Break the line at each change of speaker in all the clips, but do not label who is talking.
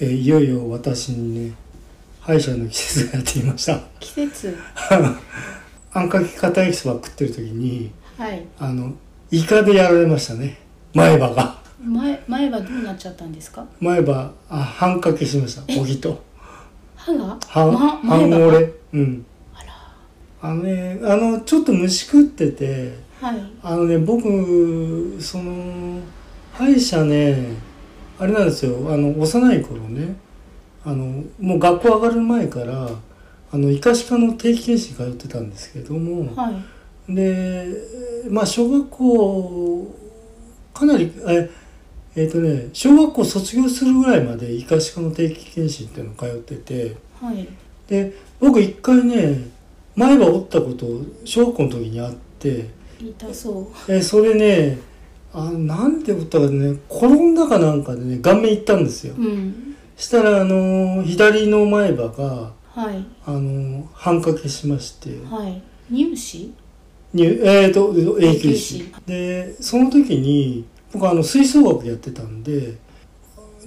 えーいよいよ私にね歯医者の季節がやってきました
季節
あのあんかけ片焼きそば食ってる時に
はい
あのイカでやられましたね前歯が
前前はどうなっちゃったんですか
前歯あ半かけしました小木と
歯が
半
ま
半
前歯
折れうんあのねあのちょっと虫食ってて
はい
あのね僕その歯医者ねあれなんですよあの幼い頃ねあのもう学校上がる前からあの医科歯科の定期検診通ってたんですけども、
はい
でまあ小学校かなりええっとね小学校卒業するぐらいまで医科歯科の定期検診っていうの通ってて
はい
で僕一回ね前歯折ったこと小学校の時にあって。
痛そ
えーそれねあなんて言ったかね転んだかなんかでね顔面いったんですよ
ううん
したらあのー左の前歯が
はい
あのー半掛けしまして
はい乳歯
にえっ、と永久
永久
歯
歯
でその時に僕あの吹奏楽やってたんで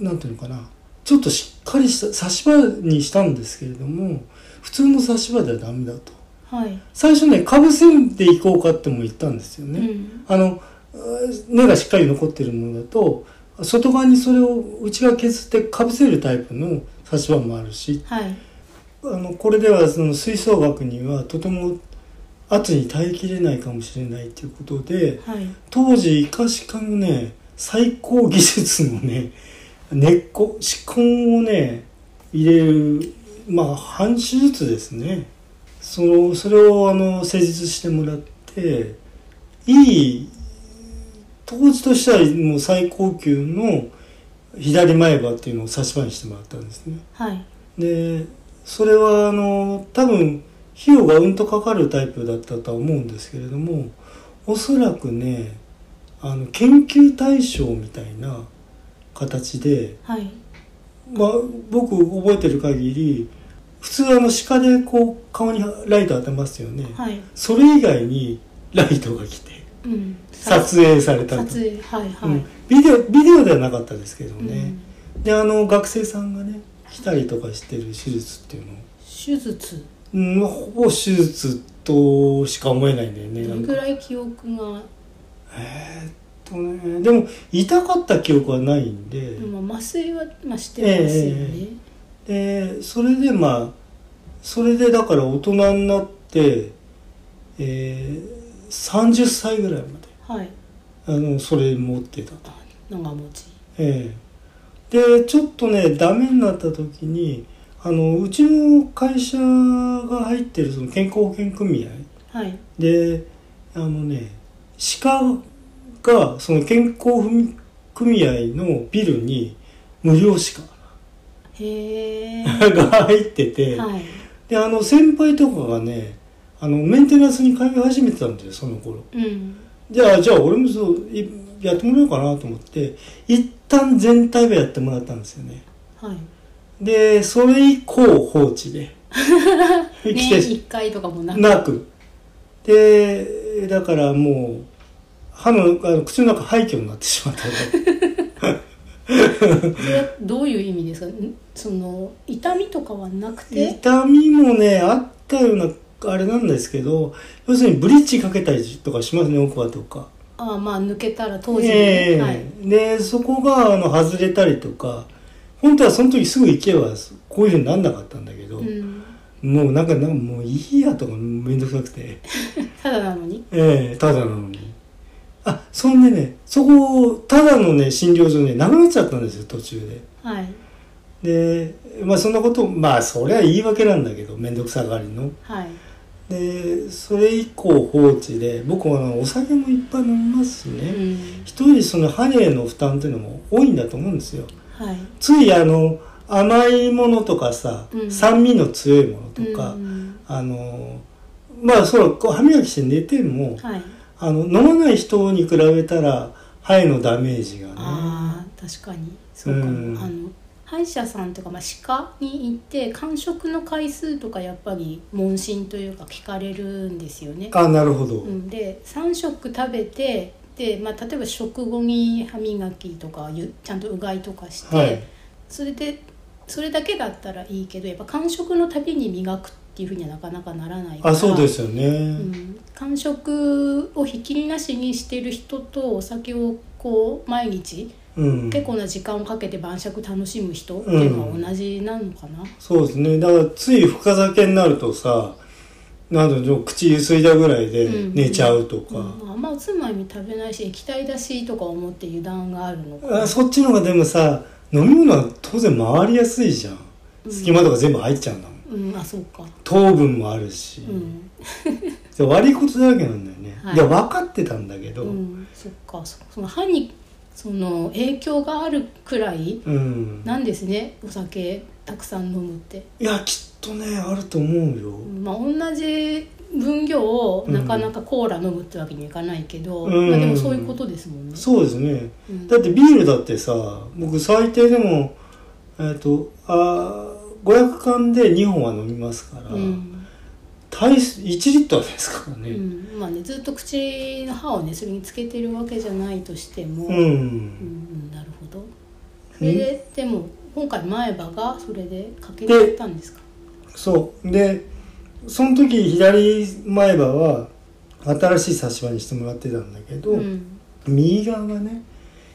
なんていうのかなちょっとしっかりした差し歯にしたんですけれども普通の差し歯ではダメだと
はい、
最初ねかぶせんでいこうかっても言ったんですよね、
うん
あのえー根がしっかり残ってるものだと外側にそれを内側削ってかぶせるタイプの差し歯もあるし
はい
あのこれではその吹奏楽にはとても圧に耐えきれないかもしれないということで
はい
当時イカシカのね最高技術のね根っこ歯根をね入れるまあ半手術ですねそのそれをあの施術してもらっていい当時としてはもう最高級の左前歯っていうのを差し歯にしてもらったんですね
はい
でそれはあの多分費用がうんとかかるタイプだったとは思うんですけれどもおそらくねあの研究対象みたいな形で、
はい
まあ、僕覚えてる限り普通あの鹿でこう顔にライト当てますよね、
はい
それ以外にライトが来て
うん
撮影されたと
撮影はいはい、
うんビデオビデオではなかったですけど
うん
ね、であの学生さんがね来たりとかしてる手術っていうのを
手術
うん、ほぼ手術としか思えないんだよね。
ど
な
れ
ん
ぐ
から
い記憶が
えーっとね、でも痛かった記憶はないんで、
でも麻酔は、まあ、してますよね、
でそれでまあそれでだから大人になって、えー、30歳ぐらいまで
はい
あのそれ持ってたと。
あ長持ち
ええでちょっとねダメになった時にあのうちの会社が入ってるその健康保険組合、
はい
であのね鹿がその健康組合のビルに無料
へえ
鹿が入ってて、
はい
であの先輩とかがねあのメンテナンスに通い始めてたんだよその頃
うん
じゃあじゃあ俺もそういやってもらおうかなと思って一旦全体部やってもらったんですよね
はい
でそれ以降放置 で来
年1回とかもなく
なくでだからもう歯のあの口の中廃墟になってしま った
それはどういう意味ですかんその痛みとかはなくて
痛みもねあったようなあれなんですけど要するにブリッジかけたりとかしますね奥歯とか、
ああまあ抜けたら当時、
ええ
はい
でそこがあの外れたりとか本当はその時すぐ行けばこういうふうになんなかったんだけど、
うん、
もうなんかなんかもういいやとかめんどくさくて。
ただなのに
ええただなのに。あ、そんでね、そこ、ただのね、診療所ね、なくなっちゃったんですよ、途中
はい
で。で、まあそんなこと、まあそりゃ言い訳なんだけど、めんどくさがりの。
はい
で、それ以降放置で、僕はあのお酒もいっぱい飲みますし
う
ね、
ん
人よりその歯への負担っていうのも多いんだと思うんですよ。
はい
ついあの、甘いものとかさ、
うん
酸味の強いものとか、
うん
あの、まあそら、こう歯磨きして寝ても、
はい
あの飲まない人に比べたら歯へのダメージがね
ああ確かにそうかも、
うん
あの歯医者さんとか、まあ、歯科に行って間食の回数とかやっぱり問診というか聞かれるんですよね
あなるほど、
うん、で3食食べてで、まあ、例えば食後に歯磨きとかゆちゃんとうがいとかして、
はい
それでそれだけだったらいいけどやっぱ感触のたびに磨くっていうふうにはなかなかならないから
あそうですよね、
うん、感触をひっきりなしにしてる人とお酒をこう毎日
うん、
結構な時間をかけて晩酌楽しむ人っていうのは同じなのかな、
そうですねだからつい深酒になるとさなんだろう口ゆすいだぐらいで
うん
寝ちゃうとか、
うんあんまおつまみ食べないし液体だしとか思って油断があるのかな
あそっちの方がでもさ飲み物は当然回りやすいじゃん
うん
隙間とか全部入っちゃうんだもん、
うんあそうか
糖分もあるし、
うん、
で悪いことだらけなんだよね、
はい
で分かってたんだけど
う
うん、
ん、そっかそその歯にその影響があるくらいなんですねお酒たくさん飲むって、
いやきっとねあると思うよ、
まあ、同じ分量をなかなかコーラ飲むってわけにはいかないけど、
うん
まあ、でもそういうことですもんね、
そうですね
うん
だってビールだってさ僕最低でもえっ、とあー500缶で2本は飲みますから、
うん
大し1リットルですから
う
ね
んまあね、ずっと口の歯をねそれにつけてるわけじゃないとしても、
う、
うんん、なるほどそれででも今回前歯がそれでかけ
で
てたんですか
そうでその時左前歯は新しい差し歯にしてもらってたんだけど、
うん
右側がね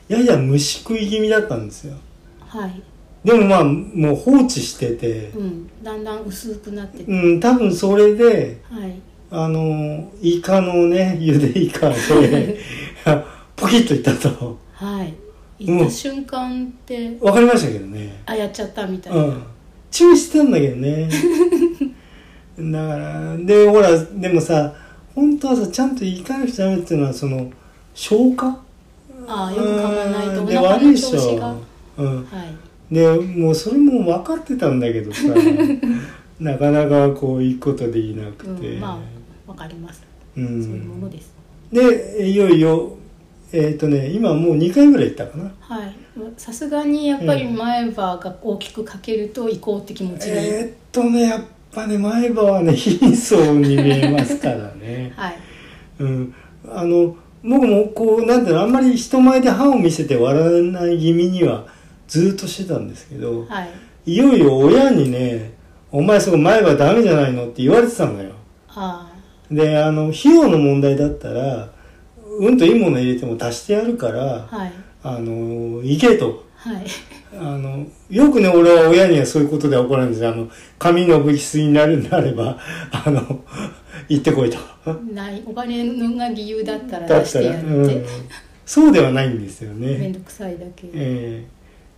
やや虫食い気味だったんですよ
はい、
でもまあもう放置してて
うん、だんだん薄くなってて、
うん多分それで
はい
あのイカのね ゆでイカで ポキッといったと
はい
うん
行った瞬間って、
分かりましたけどね
あやっちゃったみたいな、
うん注意してたんだけどね だからでほらでもさ本当はさちゃんとイカの人ダメっていうのはその消化
ああよく噛まないと
う
お
んで
腹
悪い
の
でし
調子がは
ょうん
い
でもうそれも分かってたんだけ どさなかなかこういいことでいなくて、
うんまあわかります、
う
そういうもの
ん、
です
でいよいよえっ、とね今もう2回ぐらい行ったかな
はいさすがにやっぱり
うん
前歯が大きくかけると行こうって気持ちに、
えーっとねやっぱね前歯はね 貧相に見えますからね
はい
うんあの僕もこうなんていうのあんまり人前で歯を見せて笑わない気味にはずっとしてたんですけど、
はい
い、よいよ親にね「お前そこ前歯ダメじゃないの?」って言われてたのよ
あ
であの費用の問題だったらうんといいもの入れても足してやるから
あはい
あの行けと
はい
あのよくね俺は親にはそういうことで怒られるんですよあの髪のきすぎになるんであれば あの行ってこいと
ないお金のが理 由だったら
だ
出
っ
したてや
ら、
っ
うん
て、
そうではないんですよ
面
ね、
倒くさいだけ、
え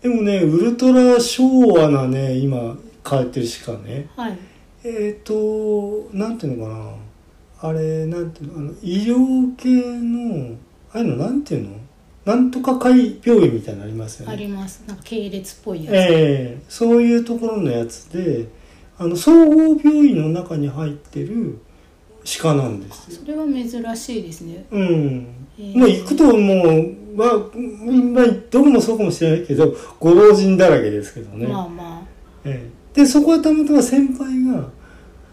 えでもねウルトラ昭和なね今変えてるしかね
はい
えっ、となんていうのかなあれなんていうのあの医療系のああいうのなんていうのなんとか会病院みたいなのありますよ
あ
ね
りますなんか系列っぽいやつ、
ええそういうところのやつであの総合病院の中に入ってる鹿なんですよ
それは珍しいですね
うん、
えー
もう行くともうまあ今どこもそうかもしれないけどご老人だらけですけどね、
まあま
ええでそこはたまたま先輩が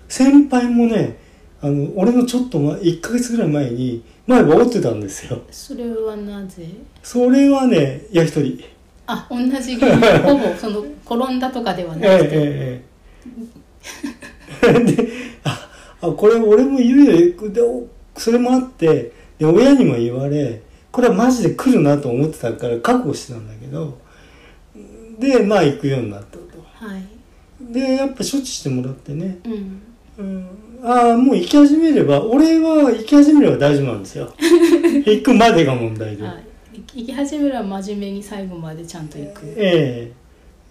先輩もねあの俺のちょっと前1ヶ月ぐらい前に前は折ってたんですよ
あそれはなぜ
それはねいや一人
あ同じ原因ほぼその転んだとかでは
ええ
なくて、
ええ ええでああこれ俺も言うよでおそれもあってで親にも言われこれはマジで来るなと思ってたから覚悟してたんだけどでまあ行くようになったと
はい
でやっぱ処置してもらってね
うん
うんああもう行き始めれば俺は行き始めれば大丈夫なんですよ 行くまでが問題で、
はい行き始めれば真面目に最後までちゃんと行く
え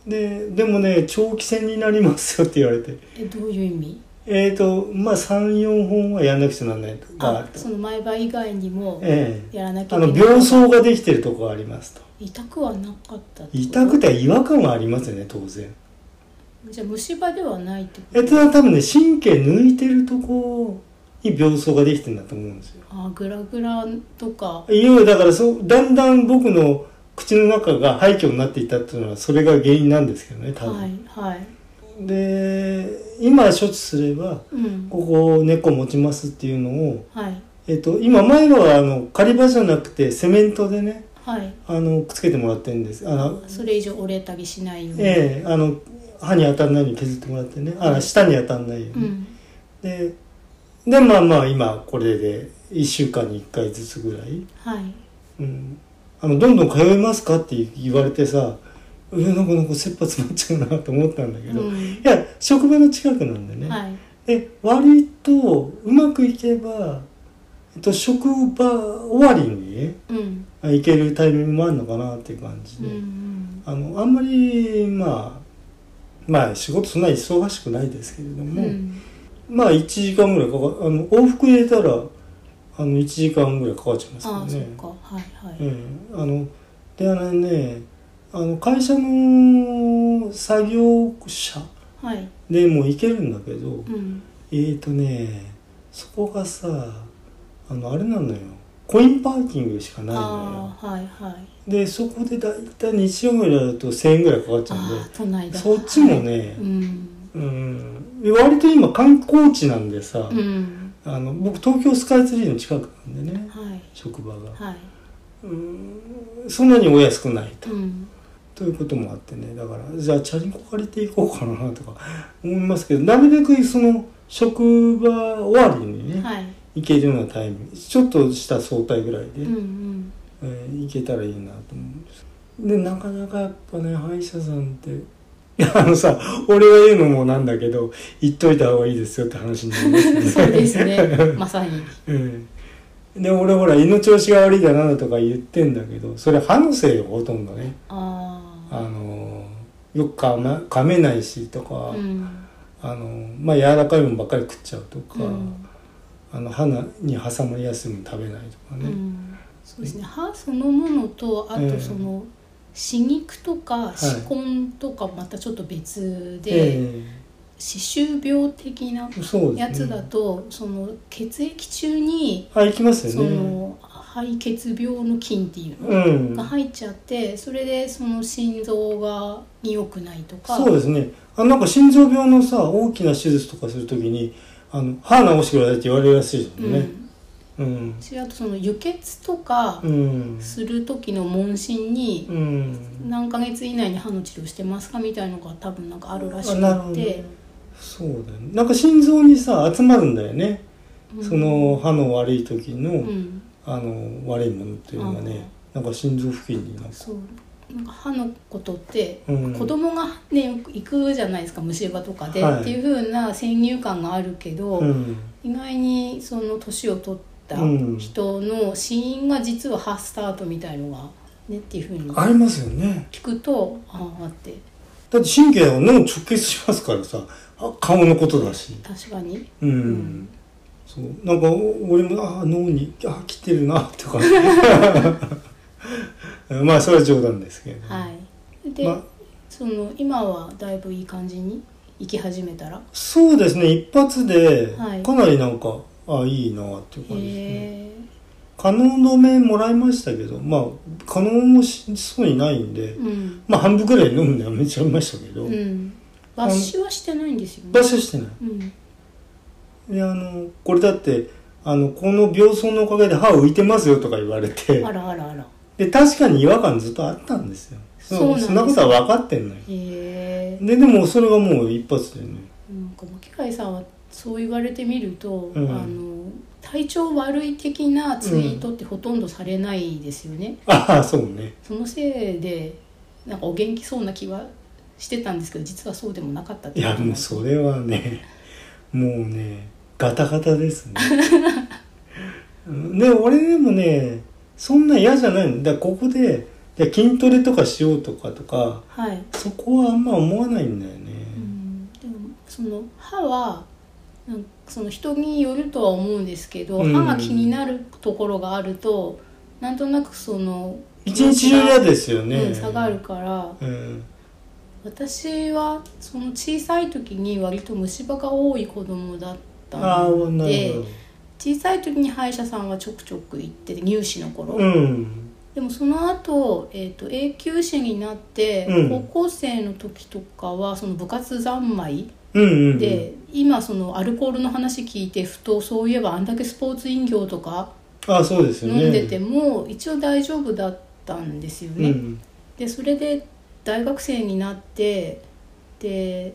えででもね長期戦になりますよって言われて
えどういう意味
えーとまあ34本はやんなくちゃなんないとかあ
あ
ると
その前歯以外にも
ええ
やらなきゃ
あ
いけ
の
ない
病巣ができてるとこがありますと
痛くはなかったってこと
痛くては違和感はありますよね当然
じゃあ虫歯ではないってこ
えただ多分ね神経抜いてるとこに病巣ができてるんだと思うんですよ
とあグラグラとか
いよいよだからそうだんだん僕の口の中が廃墟になっていったっていうのはそれが原因なんですけどね多分、
はいはい
で今処置すれば
うん
ここ猫持ちますっていうのを、
はい
えっと今前のはあの狩り場じゃなくてセメントでね
はい
あのくっつけてもらってるんですあの
それ以上折れたりしないように、
ええあの歯に当たらないように削ってもらってねあ舌に当たらないよう
う
に、
ん
ででまあまあ今これで1週間に1回ずつぐらい、
はい
うん、あのどんどん通いますかって言われてさいやなんかなんか切羽詰まっちゃうなと思ったんだけど、
う
い
ん
や職場の近くなんでね、
はい
で割とうまくいけば、えっと、職場終わりにね
うん
あ行けるタイミングもあるのかなっていう感じ
う
で、
ん
あのあんまりまあまあ仕事そんなに忙しくないですけれど
う
も、
ん
まあ1時間ぐらいかかあの往復入れたらあの1時間ぐらいかかっちゃいます
あ
か
あ
ら
そっ
ね。
かはいは
う
い
ん、あのであれねあの会社の作業車
はい
でも行けるんだけど、
うん
えーとねそこがさあのあれなのよコインパーキングしかないの
ああはいはい
よでそこでだいたい日曜ぐらいだと1,000円ぐらいかかっちゃうん
あ
で
あ都内だ
そっちもね
う、ん
うん、割と今観光地なんでさ、
うん
あの僕東京スカイツリーの近くなんでね
はい
職場が
はい
そんなにお安くないと,、
うん
ということもあってねだからじゃあチャリンコ借りていこうかなとか 思いますけどなるべくその職場終わりにね、
はい
行けるようなタイミングちょっとした早退ぐらいで、
うんうん
えー行けたらいいなと思うんですでなかなかやっぱね歯医者さんってい やあのさ俺が言うのもなんだけど言っといた方がいいですよって話になります けど
そうです ねまさに
うんで俺ほら胃の調子が悪いだなとか言ってんだけどそれ歯のせいよほとんどね
あ
あ
あ
のーよく噛,、ま、噛めないしとか、
うん
あのーまあ柔らかいものばっかり食っちゃうとか、
うん
あの歯に挟まりやすいもの食べないとかね、
うんそうですね歯そのものとあ
え
と
え
その歯肉とか
い
歯根とかまたちょっと別
え
で
え
歯周病的な
そうですね
やつだとその血液中に
あ行きます
そ
よね
の肺血病の菌っていう
う
の
ん
が入っちゃってそれでその心臓がに良くないとか
そうですねあなんか心臓病のさ大きな手術とかするときにあの歯治してくださいって言われるらしいじゃん
う
ね
ん
うん
しあとその輸血とか
うん
する時の問診に
うん
何ヶ月以内に歯の治療してますかみたいのが多分なんかあるらし
あなる
く
ほど
て
ね、そうだよねなんか心臓にさ集まるんだよね、
うん
その歯の悪い時の、
うん
あの悪いものっていうのがねなんか心臓付近になんか
そうなんか歯のことって、
うん
子供がねよく行くじゃないですか虫歯とかで、
はい
っていう風な先入観があるけど、
うん
意外にその年を取った
うん
人の死因が実は歯スタートみたいのがねっていう風に
ありますよね
聞くとああって
だって神経は脳直結しますからさあ顔のことだし
確かに
うん、
ん
そうなんかお俺もあー脳にあ来てるなとか まあそれは冗談ですけど、
はいで、
ま
その今はだいぶいい感じに行き始めたら
そうですね一発で
はい
かなりなんか、あいいなっていう感じで
へ
すね
え
可能止めもらいましたけどまあ可能もしそうにないんで、
うん
まあ半分ぐらい飲むのやめちゃいましたけど、
うん抜歯はしてないんですよね
場所してない
うん
であのこれだってあのこの病巣のおかげで歯浮いてますよとか言われて
あらあらあら。
で確かに違和感ずっとあったんですよ
そうなんです
そんなことは分かってんのよ
へえ。
ででもそれがもう一発でね
なんか巻貝さんはそう言われてみると、
ん
あの体調悪い的なツイートってほとんどされないですよね。
ああそうね
そのせいでなんかお元気そうな気はしてたんですけど、実はそうでもなかったっ
い
て
やもうそれはねもうねガタガタですね うんで俺でもねそんな嫌じゃないのだからここでじゃあ筋トレとかしようとかとか
はい。
そこはあんま思わないんだよね、
うん、でもその歯は。なんかその人によるとは思うんですけど、
うん
歯が気になるところがあるとなんとなくその
一日中嫌ですよね、
うん、差があるから
うん
私はその小さい時に割と虫歯が多い子供だった
ああ
の
な
で
る
小さい時に歯医者さんはちょくちょく行ってて入試の頃、
ほどうん
でもその後、えー、と永久歯になって、
うん
高校生の時とかはその部活三昧
うんうん
で、今そのアルコールの話聞いてふとそういえばあんだけスポーツ飲料とか
ああそうですよね
飲んでても、一応大丈夫だったんですよ
う
ね、
ん
でそれで大学生になってで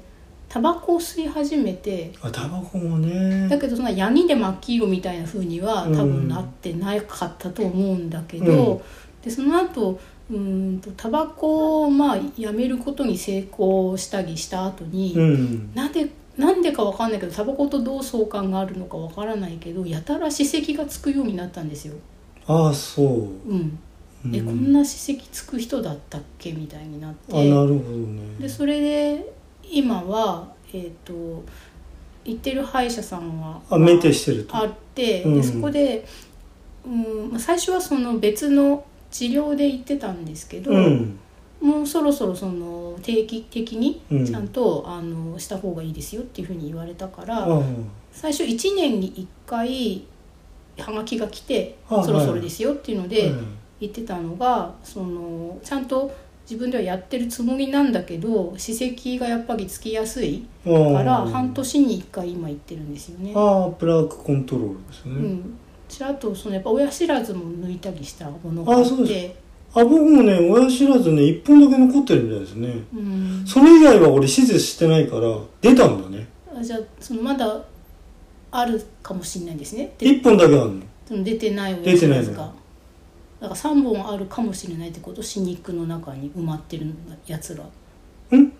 タバコを吸い始めて
あタバコもね
だけどそんな闇で真っ黄色みたいな風には多
うん
分なってなかったと思うんだけど、
うん
でその後うーんとタバコをまあやめることに成功したりした後に、
うん
なんでなんでかわかんないけどタバコとどう相関があるのかわからないけどやたら歯石がつくようになったんですよ。
ああそう、
うん、
うん、
えこんな歯石つく人だったっけみたいになっ
あなる
て
ほどね
でそれで今はえっ、と行ってる歯医者さんは
あメンテしてると
あって、
うん
でそこで、うんまあ、最初はその別の治療で行ってたんですけど、
うん
もうそろそろその定期的に
うん
ちゃんと、あのした方がいいですよっていうふうに言われたから、
あ
最初1年に1回はがきが来て、
あ
そろそろですよっていうの
あ
で。
はい
言ってたのがそのちゃんと自分ではやってるつもりなんだけど歯石がやっぱりつきやすいから
あー
半年に1回今行ってるんですよね。
ああプラークコントロールです
う
ね、
ん、しあとそのやっぱ親知らずも抜いたりしたものがあ
あそう
っ
で
て
あ僕もね親知らずね1本だけ残ってるみたいですね
うん、
それ以外は俺手術してないから出たんだね
あじゃあそのまだあるかもしれないですねで
1本だけあるの
その出てない
出
親
てな
知
い
ら
の
ずがだから3本あるかもしれないってこと歯肉の中に埋まってるやつら
ん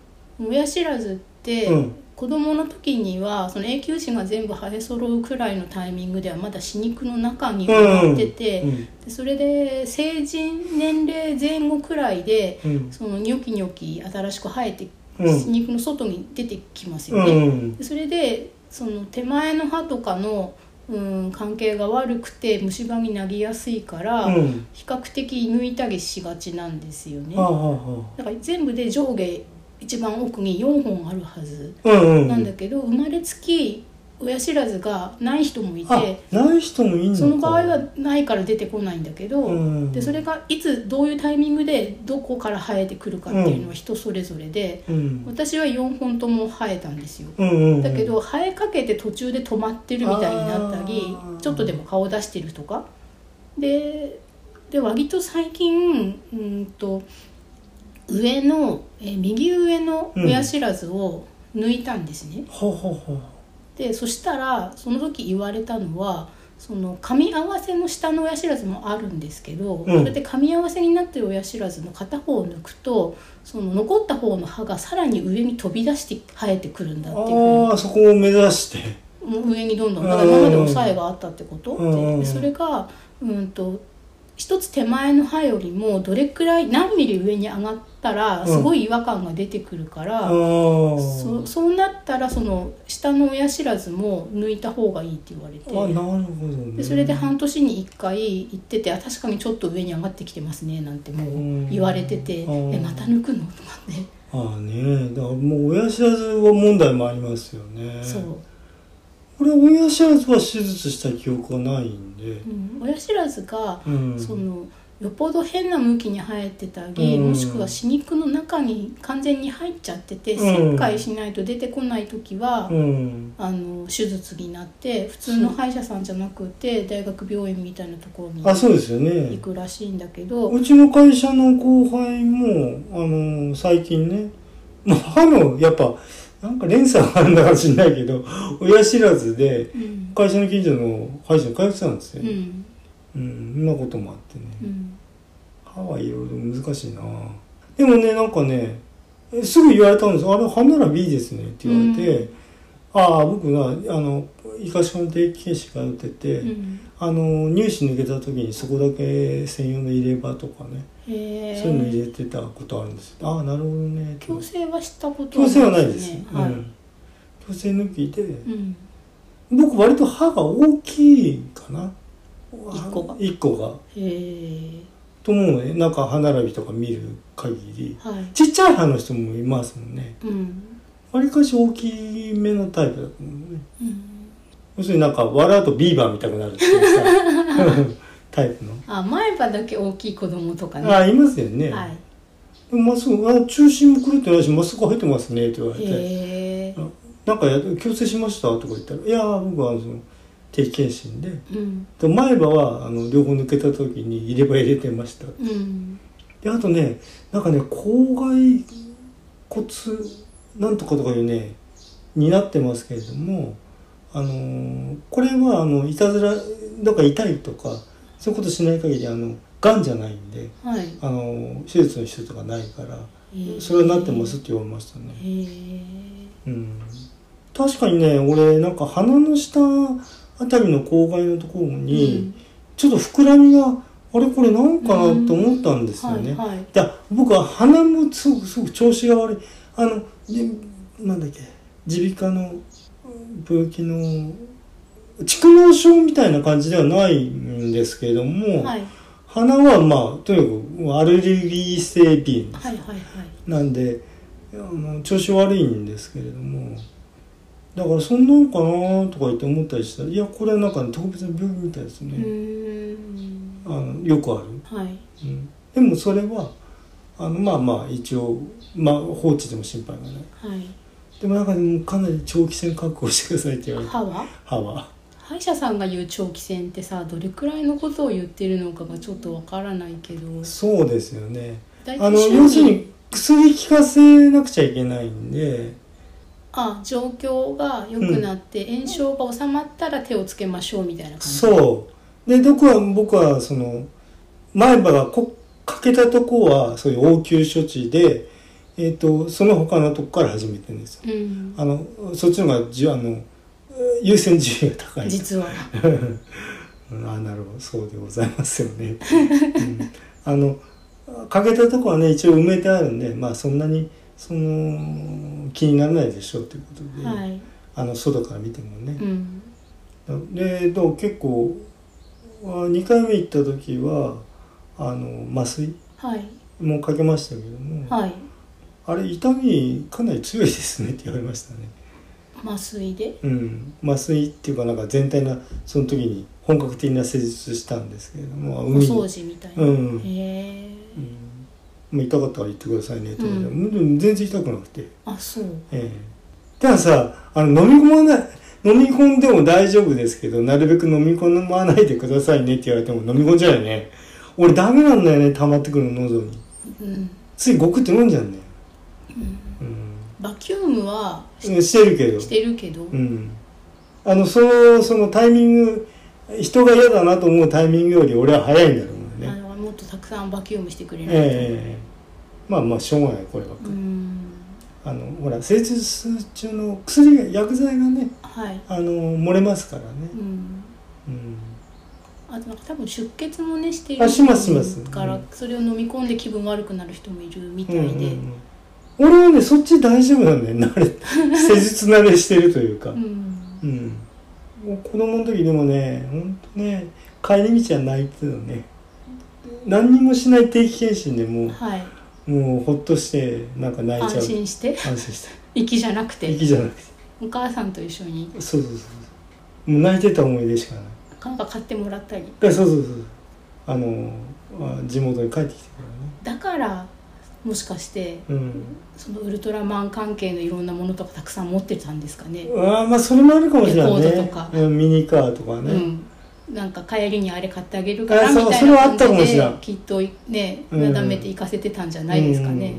親知らずって、
うん
子供の時にはその永久歯が全部生え揃うくらいのタイミングではまだ歯肉の中に埋まってて、
うん
でそれで成人年齢前後くらいで
うん
そのニョキニョキ新しく生えて
うん
歯肉の外に出てきますよ
う
ね、
ん
でそれでその手前の歯とかの、うん、関係が悪くて虫歯になりやすいから、
うん
比較的抜いたりしがちなんですよね
はあはあは
だから全部で上下一番奥に4本あるはず
あうんうん
なんだけど、生まれつき親知らずがない人もい
あ
て
ない人もいいのか
その場合はないから出てこないんだけど、
うん
でそれがいつどういうタイミングでどこから生えてくるかっていうのは人それぞれで、
うん
私は4本とも生えたんですよ。
うんうんうん
だけど生えかけて途中で止まってるみたいになったり
あー
ちょっとでも顔出してるとかでで割と最近うーんと上のえー右上の親知らずを抜いたんですね、
ほうほうほう
でそしたらその時言われたのはその噛み合わせの下の親知らずもあるんですけど、
うん
それで噛み合わせになってる親知らずの片方を抜くとその残った方の歯がさらに上に飛び出して生えてくるんだっていうふうに
ああそこを目指して
もう上にどんどん
うん
だから今まで抑えがあったってこと
うんうんうん
でそれがうんと一つ手前の歯よりもどれくらい何ミリ上に上がった
う
ら
ん
すごい違和感が出てくるか
ああ
ら、そそうなったらその下の親知らずも抜いた方がいいって言わ
あ
れ
なる
て。
ほどね
でそれで半年に1回行っててあ「確かにちょっと上に上がってきてますね」なんても
うん
う言われてて「
うん
えまた抜くの?」とかね、
ああねだからもう親知らずは問題もありますよね
そう、
俺親知らずは手術した記憶はないんで
うん、親知らずが
うん
そのよっぽど変な向きに生えてたり、
うん
もしくは歯肉の中に完全に入っちゃって
う
て、
ん
切開しないと出てこない時は、
うん
あの手術になって普通の歯医者さんじゃなくて大学病院みたいなところに
あそうですよね
行くらしいんだけど、
うちの会社の後輩も、あの最近ね、まあ、歯の、やっぱ、なんか連鎖があるんだかもしれないけど、親知らずで、
うん
会社の近所の歯医者に通ってたんです
う
よ。
ん
うん、そんなこともあってね。
うん
歯はいろいろ難しいなでもね、なんかね、えすぐ言われたんですあれ、歯なら B ですねって言われて、
う
ああ、僕な、あの、医科歯科の定期検診通ってて、
うん
あの、入試抜けた時にそこだけ専用の入れ歯とかね、
へ
そういうの
え
入れてたことあるんですああなるほどね
矯正はしたこと
矯正はないです、
ね
う
はい、
ん、矯正抜きで
うん
僕割と歯が大きいかな
一個が
一個が
へえ
と思うのねなんか歯並びとか見る限り
はい
ちっちゃい歯の人もいますもんね
うん
わりかし大きめのタイプだと思うね
うん
要するになんか笑うとビーバーみたくなるっていうさタイプ の、
あ前歯だけ大きい子供とかね
ああいますよね、
はい
でもまっすぐあ中心も狂ってないしまっすぐ入ってますねって言われて
へえ
なんかや矯正しましたとか言ったら「いやー僕はあのその定期検診で
うん
で前歯はあの両方抜けた時に入れ歯入れてました」
うん
であとねなんかね口外骨なんとかとかいうねになってますけれどもあのーこれはあのいたずらだから痛いとかそういうことしない限りあのがんじゃないんで、
はい
あのー手術の人とかないから
えー
それはなってますって言われましたね。
へえ
うん、確かにね俺なんか鼻の下あたりの口蓋のところに、ちょっと膨らみがあれこれなんかなと思ったんですよね。
はいはい
いや僕は鼻もすごくすごく調子が悪いあのでなんだっけ耳鼻科の病気の蓄膿症みたいな感じではないんですけれども、
はい
鼻はまあとにかくアレルギー性鼻炎
はいはいはい
なんであの調子悪いんですけれどもだからそんなんかなとか言って思ったりしたらいやこれはなんか、特別な病気みたいです
う
ね、
ーん
あのよくある、
はい
うん、でもそれはあのまあまあ一応、まあ、放置でも心配がない
はい
でもなんかもうかなり長期戦確保してくださいって言われて
歯は
歯は
歯医者さんが言う長期戦ってさどれくらいのことを言ってるのかがちょっとわからないけど
そうですよね
大
あ
体
の
週
要するに薬効かせなくちゃいけないんで
あ状況が良くなって、炎症が収まったら手をつけましょうみたいな感じう
そうで僕は僕はその前歯がこ欠けたとこはそういう応急処置で、えー、とその他のとこから始めてるんですよ
うん
あのそっちの方がじゅあの優先順位が高い
実は
うんあなるほどそうでございますよね、うんあの欠けたとこはね一応埋めてあるんでまあそんなにその気にならないでしょうということで、
はい
あの外から見てもね
う、ん
でどう結構2回目行った時はあの麻酔
はい
もかけましたけども、
はい
あれ痛みかなり強いですねって言われましたね、
麻酔で
うん、麻酔っていうかなんか全体なその時に本格的な施術したんですけれども
お
海に
掃除みたいな、
うん
へえ
うんまあ、痛かったから言ってくださいねとか言って、
う
うん、全然痛くなくて、
あそう
ええ、たださあの飲み込まない飲み込んでも大丈夫ですけどなるべく飲み込まないでくださいねって言われても飲み込んじゃうよね俺ダメなんだよね溜まってくるの喉に
うん
ついゴクって飲んじゃうね
バキュームは
うん、うん、してるけど
してるけど、
うんあのそのそのタイミング人が嫌だなと思うタイミングより俺は早いんだろうね
あのもっとたくさんバキュームしてくれ
え
る
え
と、
ええまあまあしょうがないこればっかり
うん
あのほら成術中の薬が薬剤がね
はい、
あの漏れますからね、
うん、
うん、
あとなんか多分出血もねしてる
あしますします
から
うん
それを飲み込んで気分悪くなる人もいるみた
うん
いで、
うんうん俺はねそっち大丈夫なんだよ慣 れ施術慣れしてるというか
う、ん
うん、もう子供の時でもねほんとね帰り道は泣いてたのね何にもしない定期検診でも
はい、
うもうほっとしてなんか泣いちゃ
安
う
心して
安心した
息じゃなくて
息じゃなくて
お母さんと一緒に
そうそうそうそうもう泣いてた思い出しかない
なんか買ってもらったり
でそうそうそうあのあ地元に帰ってきて
だからもしかして
からねうん
そのウルトラマン関係のいろんなものとかたくさん持ってたんですかね、
あーまあそれもあるかもしれない
レコード
ね
とか
うんミニカーとかね、
うん、なんか帰りにあれ買ってあげるから
あ
み
そう
たい
それはあ
な
ったか
感
も
じ
しれ
で
ん
きっとね
うんうん
なだめて行かせてたんじゃないですかね、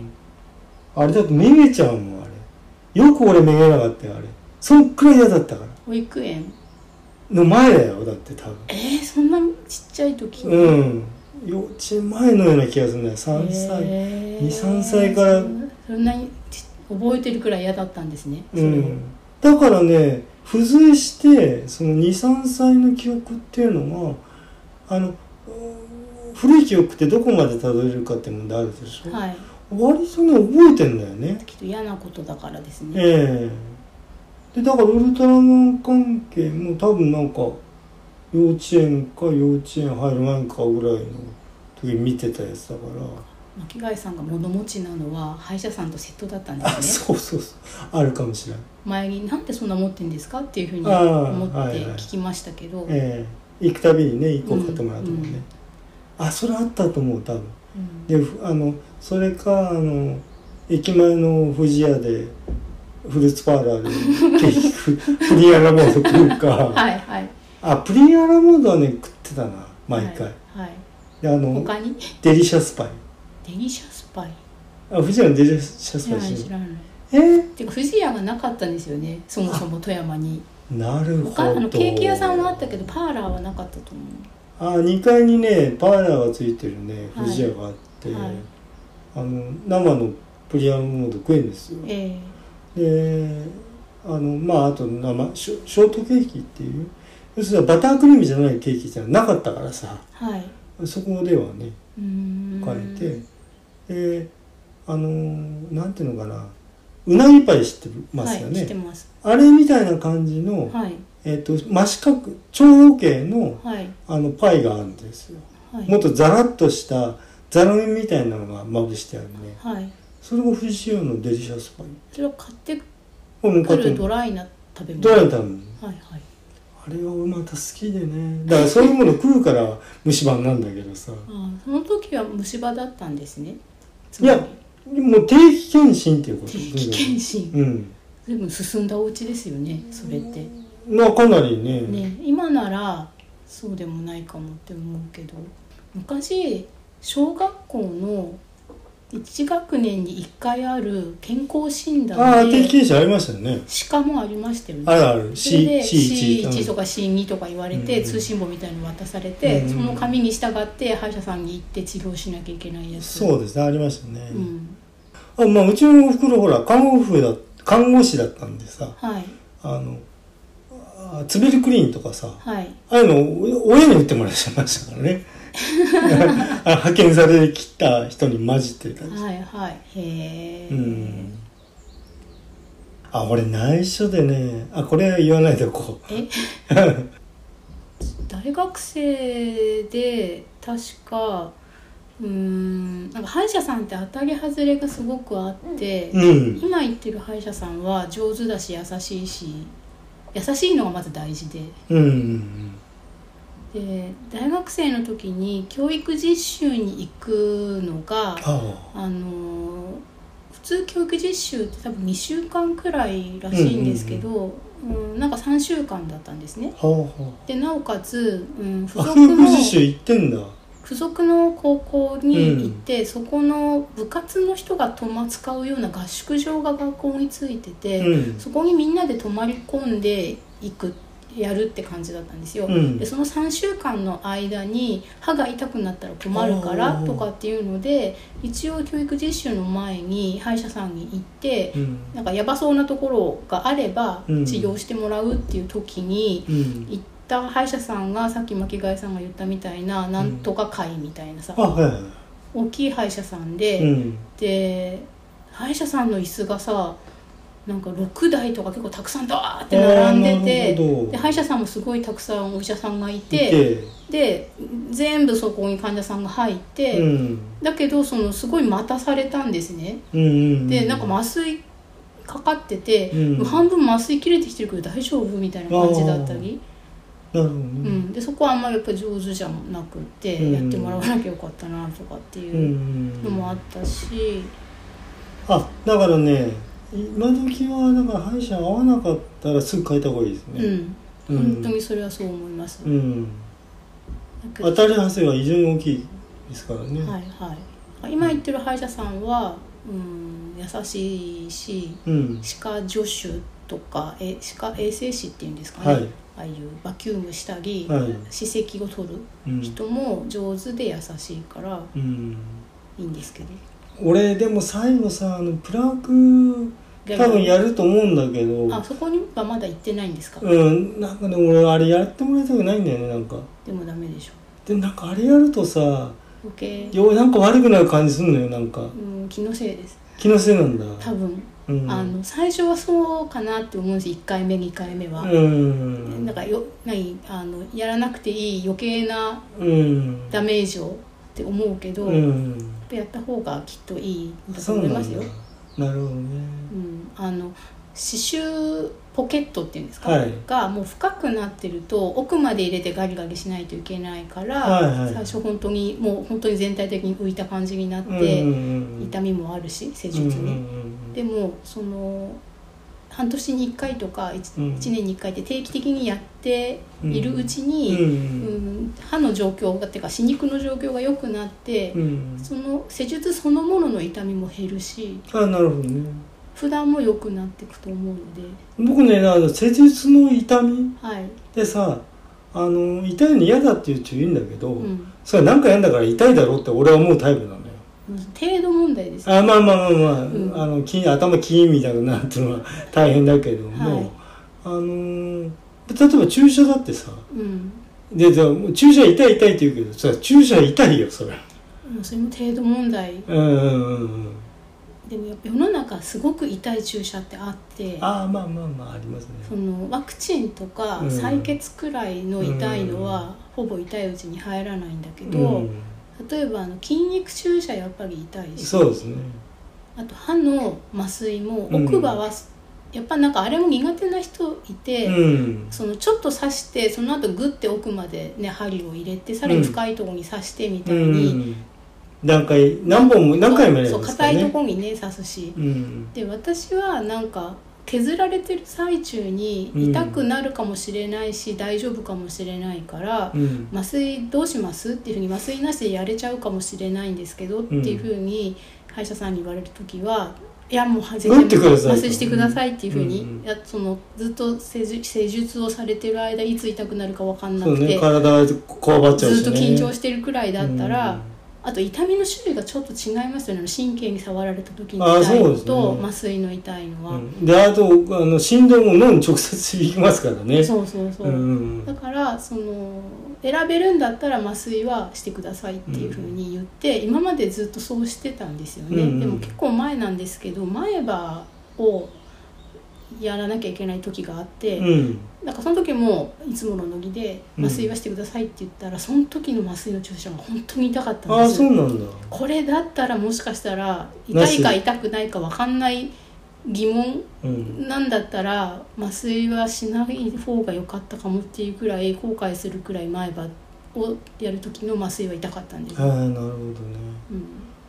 うんあれだとめげちゃうもんあれよく俺めげなかったよあれそんくらい嫌だったから
保育園
の前だよだって多
えー、そんなちっちゃい時
分うん幼稚園前のような気がするんだよ3歳、
へー
二三歳から
そそんなにち覚えてるくらい嫌だったんですねそれ
う
を
んだからね付随してその23歳の記憶っていうのはあのうん古い記憶ってどこまでたどれるかって問題あるでしょ、
はい
割とね覚えてんだよね
きっと嫌なことだからですね、
ええでだからウルトラマン関係も多分なんか幼稚園か幼稚園入る前かぐらいの時見てたやつだから、
巻貝さんが物持ちなのは歯医者さんとセットだったんで
あ
すね
そうそうそうあるかもしれない、
前になんでそんな持ってんですかっていうふうに
あー
思って
はいはい
聞きましたけど、
ええ行くたびにね1個買ってもらうとかね、
うんうん
あそれあったと思う多分
うん
でふあのそれかあの駅前の不二家でフルーツパーラ ーでケーキ食うプリンアラモード食うか
はいはい
あプリンアラモードはね食ってたな毎回、
はい、はい、
であの
他に
デリシャスパイ
デリシャスパイ
あ藤野のデリシャス
知
パ
ら
イ
ない
知
知
らない
らない
ええー
ていうか不二家がなかったんですよねそもそも富山に
なるほ
他あ
ど
のケーキ屋さんはあったけどパーラーはなかったと思
あ2階にねパーラーがついてるね
は
不
い
二家があって、
はい
あの生のプリアムモード食えんですよ
うえ
であのまああと生ショショートケーキっていう要するにバタークリームじゃないケーキじゃなかったからさ
えはい
そこではね
うーん
変えて、であのーなんていうのかなうなぎパイ知ってますよ
はい知って
ね、
ます
あれみたいな感じの、
はい
えっと真四角長方形の
はい
あのパイがあるんですよ
はい
もっとザラッとしたザラメみたいなのがまぶしてあるね
はい
それが不二家のデリシャスパイ
それを買って
これも
く
買って
る
も
ドライな食べ物
ドライだもん
はいはい
あれはまた好きでねだからそういうもの食うから虫歯なんだけどさ
ああその時は虫歯だったんですね
いやもう定期検診っていうこと
定期検診
うん
随分進んだお家ですよねそれって
まあかなりね
ね今ならそうでもないかもって思うけど昔小学校の1学年に1回ある健康診
ああ定
断
期
で
検診ありましたよね
歯科もありましたよ
あ
ね
るある
それ
C- C1
で C1 とか C2 とか言われて、
うん
通信簿みたいの渡されて、
うん
その紙に従って歯医者さんに行って治療しなきゃいけないやつ
そうですねありましたね、
うん、
あまあうちのおふくろほら看護婦だ看護師だったんでさ
はい
あのあツベルクリーンとかさ
はい
ああいうのお親に打ってもらいましたからね あの派遣されてきた人に混じってたりして
はいはいへえ、
うんあ俺内緒でねあこれは言わないでおこう
え大学生で確かうーんなんか歯医者さんって当たり外れがすごくあって、
うん
今行ってる歯医者さんは上手だし優しいし優しいのがまず大事で
うん
で大学生の時に教育実習に行くのが
ああ
あの普通教育実習って多分2週間くらいらしいんですけど、うんなんか3週間だったんですね。
はあは
でなおかつ、うん、付
ああ
属
教育
の
実習行ってんだ
付属の高校に行って、そこの部活の人が泊ま使うような合宿場が学校についてて、
うん
そこにみんなで泊まり込んでいくやるって感じだったんですよ、
うん
でその3週間の間に歯が痛くなったら困るから
おー
とかっていうので一応教育実習の前に歯医者さんに行って
う、ん
なんかやばそうなところがあれば治
うん
療してもらうっていう時に、
うん
行った歯医者さんがさっき巻貝さんが言ったみたいななんとか会みたいなさ、
あはいは
大きい歯医者さん
い
で、
うん
で歯医者さんの椅子がさなんか6台とか結構たくさんダーって並んで
あーなるほ
て
ど
で歯医者さんもすごいたくさんお医者さんがい
い
てで全部そこに患者さんが入って、
うん
だけどそのすごい待たされたんですね。
うんうん
でなんか麻酔かかってて、
うん
半分麻酔切れてきてるけど大丈夫みたいな感じだったり。
なるほど
う
ね
ん、でそこはあんまりやっぱ上手じゃなくて、
うん
やってもらわなきゃよかったなとかって
う
いうんのもあったし、
あだからね今時はだから歯医者合わなかったらすぐ変えた方がいいです
うん
ねう
本当にそれはそう思います、
うん
だけど
当たり外れは非常に大きいですからね
はいはい今言ってる歯医者さんは、うん、優しいし
うん
歯科助手とかえ歯科衛生士っていうんですかね、
はい
ああいうバキュームしたり、
はい
歯石を取る
うん
人も上手で優しいから
うん
いいんですけど
俺でも最後さあのプラーク多分やると思うんだけ
あ
ど
そこにはまだ行ってないんですか、
うんなんかね俺あれやってもらいたくないんだよねなんか
でもダメでしょ
でもなんかあれやるとさ
余計
よなんか悪くなる感じすんのよなんか
うん、気のせいです
気のせいなんだ
多分、
うん
あの最初はそうかなって思うんです1回目2回目は、
うん
なんかよ何あのやらなくていい余計な
うん
ダメージをって思うけど、
う
やっ
ん
ぱやった方がきっといいんだと
そう
思い
な
ます
ん
よ
だ。なるほどね
うん、あの刺繍ポケットっていうんですか、
はい
がもう深くなってると奥まで入れてガリガリしないといけないから、
はいはい
最初本当にもう本当に全体的に浮いた感じになっ
うん
て、
うん
痛みもあるし施術
うん
に、
うん
でもその半年に1回とか 1,、
うん
一年に1回って定期的にやっているうちに、うん
うん
歯の状況がっていうか歯肉の状況が良くなって、
うん
その施術そのものの痛みも減るし
あなるほどね
普段も良くなっていくと思うので
僕ねあの施術の痛み
はい、
でさあの痛いの嫌だっていう人いるんだけど、
うん、
それは何かやんだから痛いだろうって俺は思うタイプなのよ
程度問題です
あまあまあまあまあ,、
うん
あのキーン頭キーンみたいになるっていうのは大変だけども、
はい
あのー例えば注射だってさ
うん
でじゃあ注射痛い痛いって言うけどさ注射痛いよそれ
うんそれも程度問題
うんうんうんうん
でもやっぱ世の中すごく痛い注射ってあって
ああまあまあまあありますね
そのワクチンとか
うん
採血くらいの痛いのは、ほぼ痛いうちに入らないんだけど、
うん、
例えばあの筋肉注射やっぱり痛いし
そうですね
あと歯の麻酔も
うん
奥歯は、やっぱなんかあれも苦手な人いて、
うん
そのちょっと刺してその後グッて奥まで、ね、針を入れてさらに深いところに刺してみた
う
いに、
ん何回何本も何回もやる
そ
ん
う
ですか
硬いと
ね
ころにね刺すし
うん
で私はなんか削られてる最中に
うん
痛くなるかもしれないし、大丈夫かもしれないから
う、ん
麻酔どうしますっていうふうに麻酔なしでやれちゃうかもしれないんですけど、っていうふうに歯医者さんに言われる時はいやもう全
打ってくださいと
麻酔してくださいっていうふうに、
うんうん
いやそのずっと施術施術をされてる間いつ痛くなるか分かんな
そう
くて、
ね体こわばっちゃうし、ね、
ずっと緊張してるくらいだったら、
うん
あと痛みの種類がちょっと違いますよね神経に触られた時に
あー
痛いの
そう
と、
ですね
麻酔の痛いのは、
うんであとあの振動も脳に直接響きますからね
そうそうそう、
うん
だからその選べるんだったら麻酔はしてくださいっていうふうに言って、今までずっとそうしてたんですよね、
うんうん
でも結構前なんですけど前歯をやらなきゃいけない時があって、
うん
なんかその時もいつもの乃木で
うん
麻酔はしてくださいって言ったら、その時の麻酔の注射が本当に痛かったん
ああ
です
そ
よ
うなんだ
これだったらもしかしたら痛いか痛くないか分かんない疑問
うん
なんだったら麻酔はしない方が良かったかもっていうくらい後悔するくらい前歯をやる時の麻酔は痛かったんです
ああ
よ、
なるほどね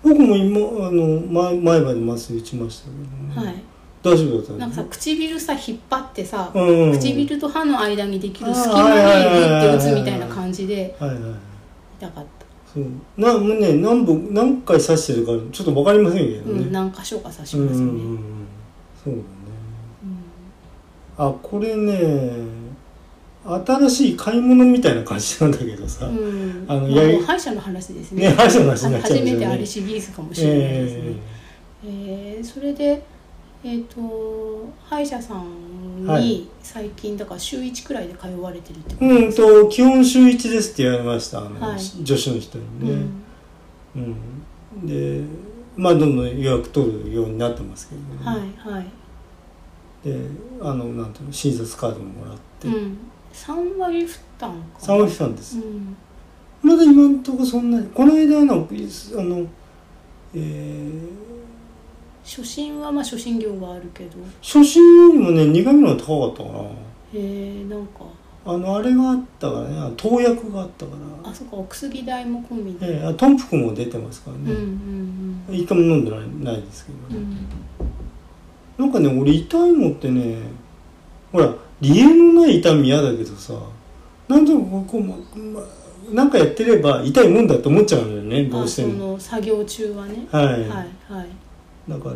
うん
僕も今あの前前歯に麻酔打ちましたけどね、
はい、
大丈夫だった
なんかさ唇さ引っ張ってさ、
うん
唇と歯の間にできる隙
あー
間
は
に
い
グ
はいはい
ッ
はい
て打つみたいな感じで
はいはい
痛かった、
そうなもうね何本何回刺してるかちょっとわかりませんけど
う
ね、
ん、何箇所か刺し
うん
ま
う
すよ
ん
ね、
うんうんそうだね
うん
あこれね新しい買い物みたいな感じなんだけどさ、
うん、
あ
あ
の
の、
やり
もう歯医者の話です
ね
ね。
歯医者の話になっちゃう
初
んです
め
よね
てアリシリーズかもしれないですね
え。
えーそれで、えっ、と、歯医者さん
は
に
い
最近だから週一くらいで通われてるっ
え
てこと
う
で
ん
すか。
と基本週1ですって言われましたあの、
はい
女子の人に
う
ね、
ん
うんでまあどんどん予約取るようになってますけどね、
はいはい。
であのなんていうの診察カードももらって、
うん。三割負担か。
3割負担です、
うん。
まだ今んとこそんなにこの間のあのえー、
初診はまあ初診料があるけど、
初診よりもね2回目の方が高かったか
えー、なんか
なあのあれがあったからねあの投薬があったか
あそっかお薬代も込み
ら、
で。
ええあトンプクも出てますから
うんう
ね、
ん
一回も飲んでないないですけ
う
ど、
ん。う
ね
ん。
なんかね俺痛いのってねほら理由のない痛み嫌だけどさなんとなくこう、まま、なんかやってれば痛いもんだと思っちゃうのよねど
あ
うし
そ
ても
の作業中はね。
はい、
はいはい。
だから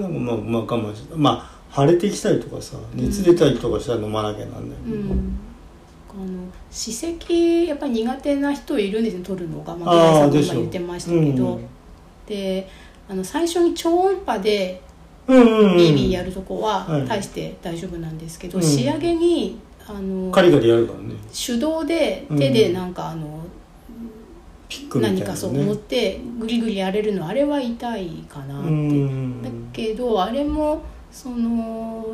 なんかまあまあ我慢してまあ腫れてきたりとかさ熱出たりとかしたら飲まなきゃなんないけ
う
ど、
ん、あの歯石やっぱり苦手な人いるんですよ取るのが、ま
あ
あ、
あ
宮
で
内
し
さ
ょ
んが言ってましたけど、であの最初に超音波で
うんうんうん、
ビービーやるとこ
は
はい大して大丈夫なんですけど、
うん
仕上げにあの
カリカリやるからね
手動で
うん
手でなんかあの、
ピックみたいな、ね、
何かそう持ってグリグリやれるのあれは痛いかなって、
うん
だけどあれもその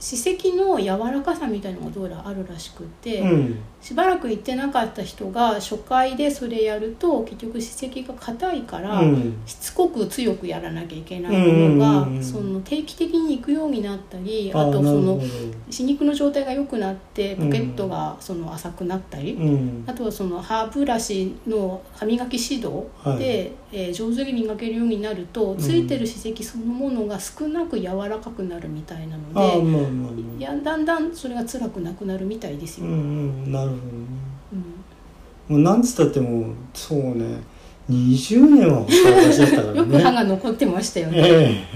歯石の柔らかさみたいのがどうやらあるらしくて。
うん
しばらく行ってなかった人が初回でそれやると結局歯石が硬いから、
うん
しつこく強くやらなきゃいけないのが、
うんうんうんうん
その定期的に行くようになったりあ
あ
と
な
そ
るほ
の
ど
歯肉の状態が良くなってポケット
うん
がその浅くなったり、
うん
あとはその歯ブラシの歯磨き指導で、
はい
えー上手に磨けるようになると、
ん
ついてる歯石そのものが少なく柔らかくなるみたいなの
ああ
で、
まあまあま
い
あ
やだんだんそれが辛くなくなるみたいです
う
よ。
んうんなるほどね
う
も
ん
うなんつったってもうそうね20年はほったらかしだったからね
よく歯が残ってましたよね。
え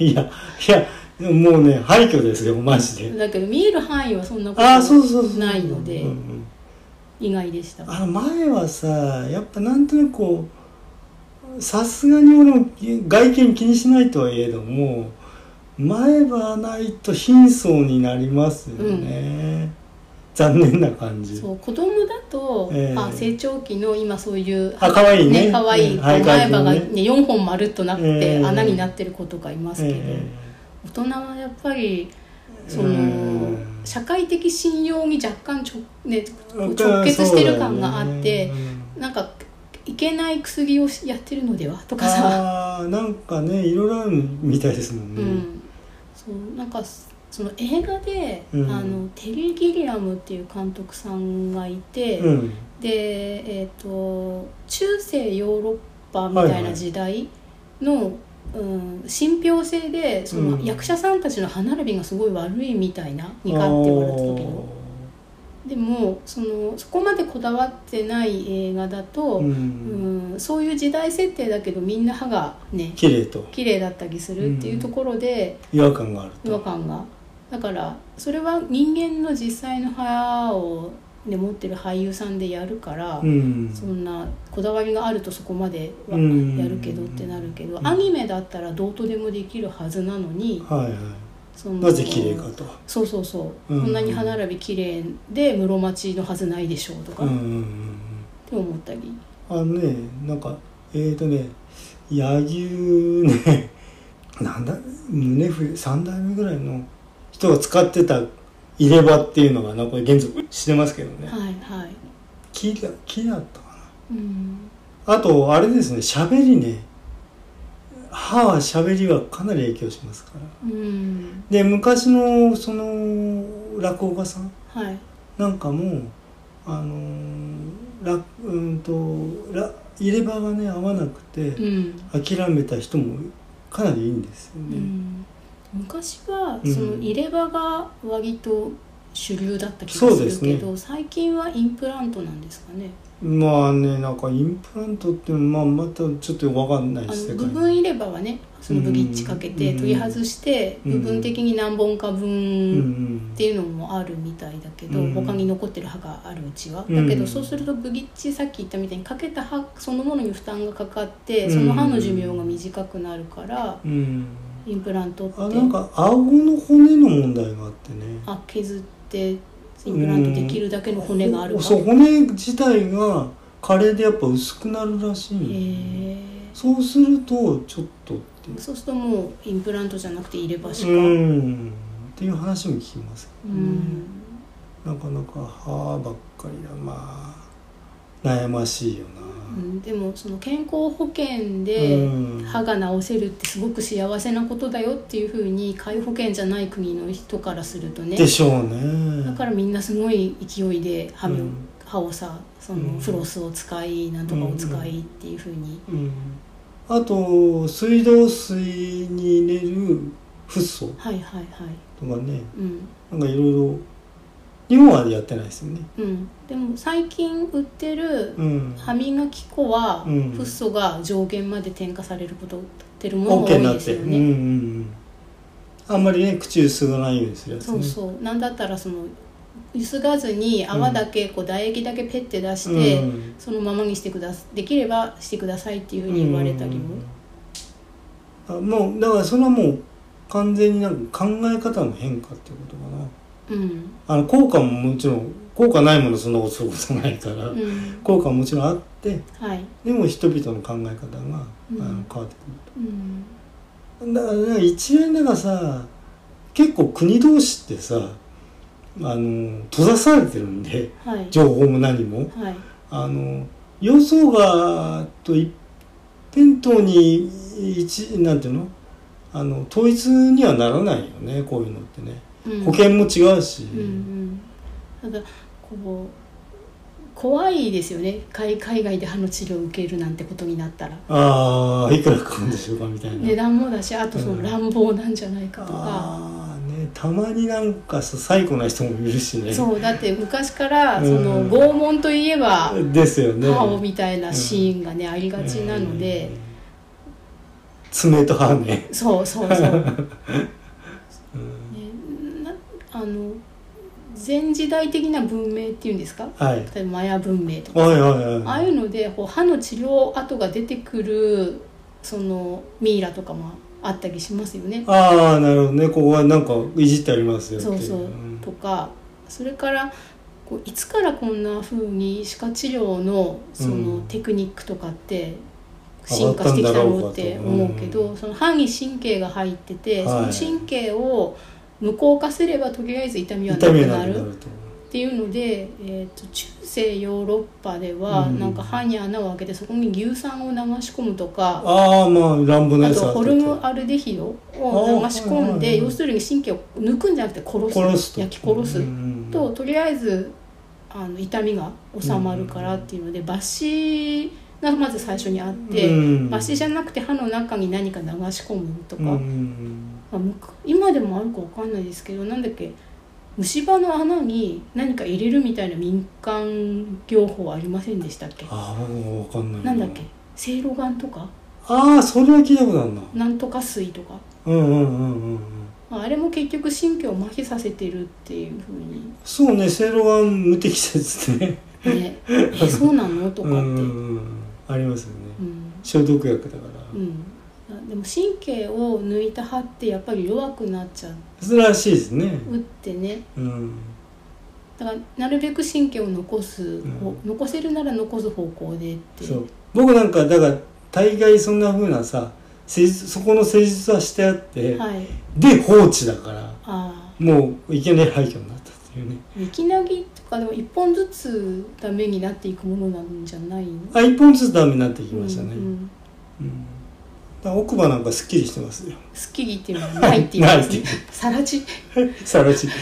えいやいやもうね廃墟ですよマジで
だけど見える範囲はそんなこ
ああそうそうそう
とないので
うんうん
意外でした
あの前はさやっぱなんとなくこうさすがに俺も外見気にしないとはいえども前歯ないと貧相になりますよね、残念な感じ
そう子供だと、
ええ
あ成長期の今そういう
あ可愛いね
可愛い
うん
こう前歯が、
はい可愛いね、
ね4本丸っとなって、
ええ
穴になってる子とかいますけど、
え
大人はやっぱりその、
うん
社会的信用に若干ちょ、ね、
え
直結してる感があって、
そうだよね
なんかいけない薬をやってるのではとかさ、
あーなんかねいろいろあるみたいですもん
う
ね、
ん、そうなんかその映画で、
うん
あのテリー・ギリアムっていう監督さんがいて、
うん
で、えー、と中世ヨーロッパみたいな時代の、うん、信憑性でその
うん
役者さんたちの歯並びがすごい悪いみたいなにかって言
あ
われた時
ー
のでもそのそこまでこだわってない映画だと、
う
うん
ん
そういう時代設定だけどみんな歯がね
綺麗と
綺麗だったりするっていうところで
違和感がある
違和
と
感がだからそれは人間の実際の歯を、ね、持ってる俳優さんでやるから。
うん
そんなこだわりがあるとそこまでは
うん
やるけどってなるけど、
うん
アニメだったらどうとでもできるはずなのに
はいはい
その
なぜ綺麗かと
そうそうそう、
うん
こんなに歯並び綺麗で室町のはずないでしょうとか、
うんう
っ
んうんうん
て思ったり
あのねなんかえー、とね柳生ね なんだ胸ふ三代目ぐらいの人が使ってた入れ歯っていうのがなんか現在してますけどね
はいはい、
木が木だったか
うん、
なあとあれですね喋りね歯は喋りはかなり影響しますから
うん、
で昔のその落語家さん
はい
なんかもあのーらうんとら入れ歯がね合わなくて、
うん、
諦めた人もかなりいいんですよ
う
ね、
ん、昔は
うん
その入れ歯が割と主流だった気が
そう
す
で
る
す
け
ね
ど、最近はインプラントなんですかね
まあねなんかインプラントっていうのはまあまたちょっと分かんない
あ
世界
の部分入れ歯はねそのブギッチかけて
うん
取り外して
うん
部分的に何本か
う
分
ん
っていうのもあるみたいだけど
うん
他に残ってる歯があるうちは
うん
だけどそうするとブギッチさっき言ったみたいにかけた歯そのものに負担がかかって
うん
その歯の寿命が短くなるから
うん、うん、
インプラントって
あなんか顎の骨の問題があってね
あ削ってインプラントできるだけの骨がある
ほ
か
そう骨自体が加齢でやっぱ薄くなるらしい
へ
んだよね
え
そうするとちょっとっていう
そうするともうインプラントじゃなくて入れ歯しか
うんっていう話も聞きますけ
う
どね
ん
なかなか歯ばっかりだまあ悩ましいよな、
うんでもその健康保険
う
で
ん
歯が治せるってすごく幸せなことだよっていうふうに介護保険じゃない国の人からするとね
でしょうね
だからみんなすごい勢いで歯を,、
うん
歯をさそ
うん
のフロスを使いなんとかを使いっていうふうに、
うん、あと水道水に入れるフッ素
はいはいはい
とかね
うん
なんかいろいろ日本はやってないですよね
うんでも最近売ってる
うん
歯磨き粉は
うん
フッ素が上限まで添加されることってるもの
OK
が多
に
い
な
で
っ
す
て
よ
る、
ね
うんうんうんあんまりね口ゆすがないようにするやつ
そ
ね
うそうなんだったらそのゆすがずに泡だけこう唾液だけペッて出して、
うん
そのままにしてくださできればしてくださいっていうふうに言われたりも、
うんあもうだからそれはもう完全になんか考え方の変化っていうことかな
うん
あの効果ももちろん効果ないものそんなことすることないから、
うん、
効果ももちろんあって
はい、
でも人々の考え方が、
うん
あの変わって
うん、
くるだからだから一連だからさ結構国同士ってさあの閉ざされてるんで
はい
情報も何も
はい
あの予想がと一辺倒に一なんていうのあの統一にはならないよねこういうのってね
うん
保険も違うし、
うんうんただこう怖いですよね海海外で歯の治療を受けるなんてことになったら
ああいくらかかるんでしょうかみたいな、
値段もだしあとその乱暴なんじゃないかとか、
ああねたまになんかさ最高な人もいるしね
そうだって昔から
うん
その拷問といえば、
ですよね
顔みたいなシーンがね、ありがちなので、
爪と歯ね
そうそ うそう、ね、なあの前時代的な文明っていうんですか
はい
例えばマヤ文明とか
はいはい
ああ
はい
いうのでこう歯の治療跡が出てくるそのミイラとかもあったりしますよね。
ああなるほどねここはなんかいじってありますよってい
そうそう
うん
とかそれからこういつからこんな風に歯科治療のその
うん
テクニックとかって
上が
進
った
化
ん
してきた
だろうか
ろう
と
って思うけど、
う
その歯に神経が入ってて、
はい
その神経を無効化すればとりあえず痛みはな
痛
く
みに
な
なる
る
なると
っていうので、えー、と中世ヨーロッパでは、
うん
なんか歯に穴を開けてそこに硫酸を流し込むとか
ああまあ乱暴な
あ
やつ
と
あ
ホ
った
ルム
と
アルデヒドを流し込ん
あーはいはいはい
で要するに神経を抜くんじゃなくて殺す
殺すと
焼き殺す、
うん
ととりあえずあの痛みが収まるからっていうので抜歯がまず最初にあって、
うん
抜歯じゃなくて歯の中に何か流し込むとか、
うん
まあむく今でもあるかわかんないですけどなんだっけ虫歯の穴に何か入れるみたいな民間療法ありませんでしたっけ
ああわかんない
なんだっけせいろがんとか
ああそれは聞いたことあるな
なんとか水とか
うんうんうんうんうん
まああれも結局神経を麻痺させてるっていうふう
そうねセいろが無適切ね
に ねえそうなのとか
う
って、うんん
うんうんありますよね
うん
消毒薬だから、
あでも神経を抜いた歯ってやっぱり弱くなっちゃ
それらしいですね
うってね
うん
だからなるべく神経を残す方、
うん
残せるなら残す方向でって
そう僕なんかだから大概そんな風なさ施術そこの施術はしてあって、
はい
で放置だから
あ
もういけない廃墟になったっていうね
あいきなぎとかでも一本ずつダメになっていくものなんじゃないの
あ一本ずつダメになっていきましたね、
うんうん
うんだから奥歯なんかすっきりしてますよ
スッキリっていうのはないっていうことですね
ないっ
さらち
さらちで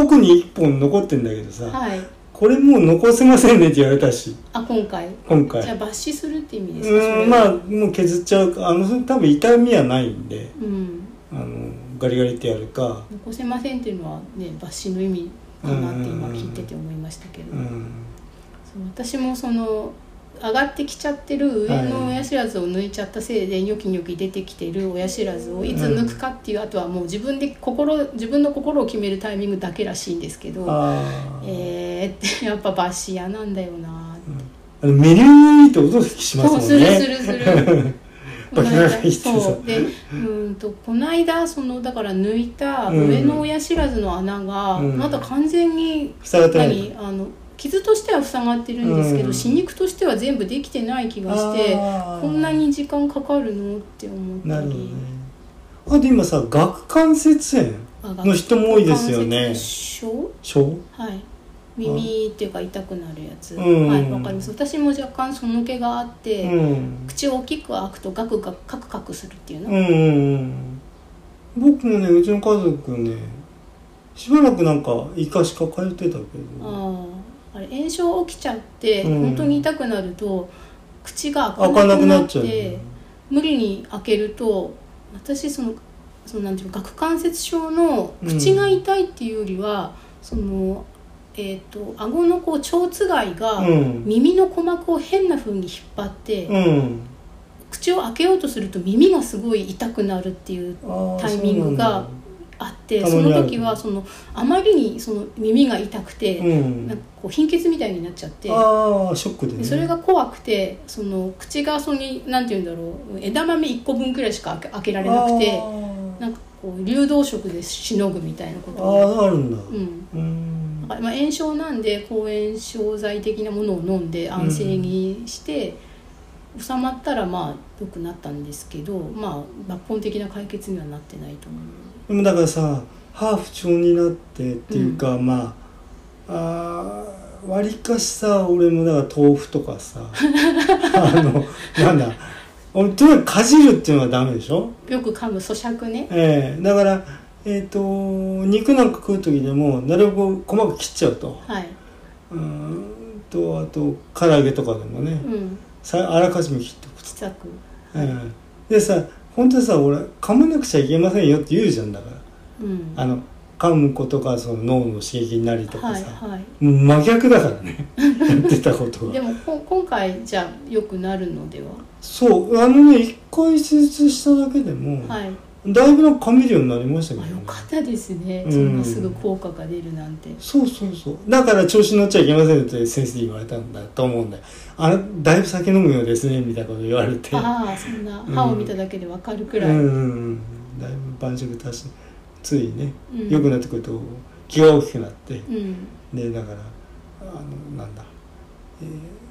奥に一本残ってんだけどさ、
はい
これもう残せませんねって言われたし
あ今回
今
じゃあ
回
抜歯するって意味
う
ですかそれ
ー
は
んまあもう削っちゃうかあのそれ多分痛みはないんで
うん
あのガリガリってやるか
残せませんっていうのはね抜歯の意味かなって今聞いてて思いましたけど、
うん
そう私もその上がってきちゃってる上の親知らずを抜いちゃったせいでニョキニョキ出てきてる親知らずをいつ抜くかっていうあとはもう自分で心自分の心を決めるタイミングだけらしいんですけど
あー
えー、ってやっぱ抜歯嫌なんだよなって
あのメニューって音します
そ
も
うん
ね
するするす るこ
バ
の
カが
間
言ってた
そうで うんとこの間そのだから抜いた
うん
上の親知らずの穴が、
うん
まだ完全に
塞がってない
何あの傷としては塞がってるんですけ
う
ど、
ん
歯肉としては全部できてない気がして
あー
こんなに時間かかるのって思った
なる
り
ほどねあと今さ顎関節炎
あが
の人も多いですよね
関節症
症
はい耳っていうか痛くなるやつ、
うん
はいわかります私も若干その毛があって、
うん
口を大きく開くとガクガクカクカクするっていうの、
うんうんうん僕もねうちの家族ねしばらくなんか医科歯科通ってたけど
あああれ炎症起きちゃって、
うん
本当に痛くなると口が開
開
か
か
な
な
く
く
な
な
っ
ってちゃうよね
無理に開けると私そのそのなんていうの顎関節症の口が痛いっていうよりは、そのえっ、と顎のこう腸つがいが、
うん
耳の鼓膜を変な風に引っ張って、
うん
口を開けようとすると耳がすごい痛くなるっていう
あー
タイミングがあって
た
そ
まに
の
ある
時はそのあまりにその耳が痛くて、
そうなんだ
なん
うん
かこう貧血みたいになっちゃって
ああショックでね
でそれが怖くてその口がそのなんて言うんだろう枝豆1個分くらいしか開け開けられなくて
あー
なんかこう流動食でしのぐみたいなこ
あ
とが
ーあるんだ
うん
うん
なんかまあ、炎症なんで抗炎症剤的なものを飲んで安静にして、収まったらまあ良くなったんですけどまあ抜本的な解決にはなってないと思う
でもだからさハーフ調になってっていうか、まああわりかしさ俺もだから豆腐とか さあのなんだ俺とにかくかじるっていうのはダメでしょ、
よく噛む咀嚼ね
ええだからえっ、と肉なんか食う時でもなるべく細かく切っちゃうと
はい、
うーんとあと唐揚げとかでもね
うん、
さあらかじめ切って
小さく
おく、ええでさ本当はさ俺噛まなくちゃいけませんよって言うじゃんだから
うん
あの噛むことがその脳の刺激になりとか
はい
さ、
はい
真逆だから ねやってたこと
で
が
もこ今回じゃあ良くなるのでは、
そうあのね一回手術しただけでも、
はい
だいぶなんか噛めるようになりましたけど、
あ
ね
よ、かったですね、
うん
そんなすぐ効果が出るなんて
そうそうそうだから調子に乗っちゃいけませんよって先生に言われたんだと思うんだよあれだいぶ酒飲むようですねみたいなこと言われて
ああそんな
うん
歯を見ただけでわかるく
う
らい、
んうんうんだいぶ晩酌足してついね
うん
良くなってくると気が大きくなって、
うん
でだからあのなんだ、えー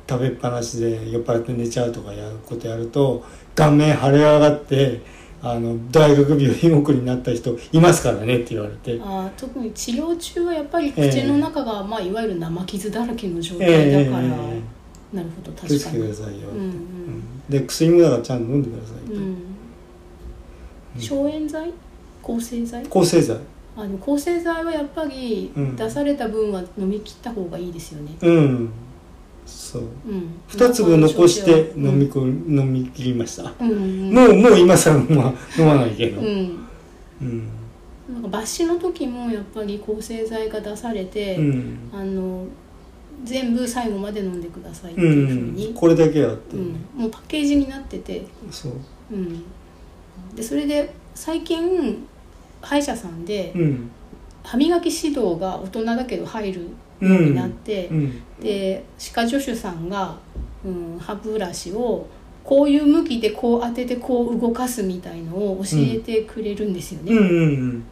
食べっぱなしで酔っ払って寝ちゃうとかやることやると顔面腫れ上がってあの大学病院奥になった人いますからねって言われて
あー特に治療中はやっぱり
ええ
口の中が、まあ、いわゆる生傷だらけの状態だ
ええ
から、
ー
なるほど
気を
確
つ
か
けてくだ
に、
さいよ、
うんうん
で薬もだからちゃんと飲んでくださいと、
うん、消炎剤抗生剤
抗生剤
あの抗生剤はやっぱり
うん
出された分は飲み切った方がいいですよね、
うんそう
うん、
2粒残して
うん
飲みこ、飲み切りました、
うんうん
もうもう今更飲ま飲まないけど、
うん
うん
なんか抜歯の時もやっぱり抗生剤が出されて、
うん
あの全部最後まで飲んでくださいって
う、
いうふうんに、
これだけはって、
うんもうパッケージになってて、
そう、
うん、でそれで最近歯医者さんで
うん、
歯磨き指導が大人だけど入るよ
う
うに
ん、
なって
う、ん、
で歯科助手さんが、うん、歯ブラシをこういう向きでこう当ててこう動かすみたいのを教えてくれるんですよね。
うん、うん、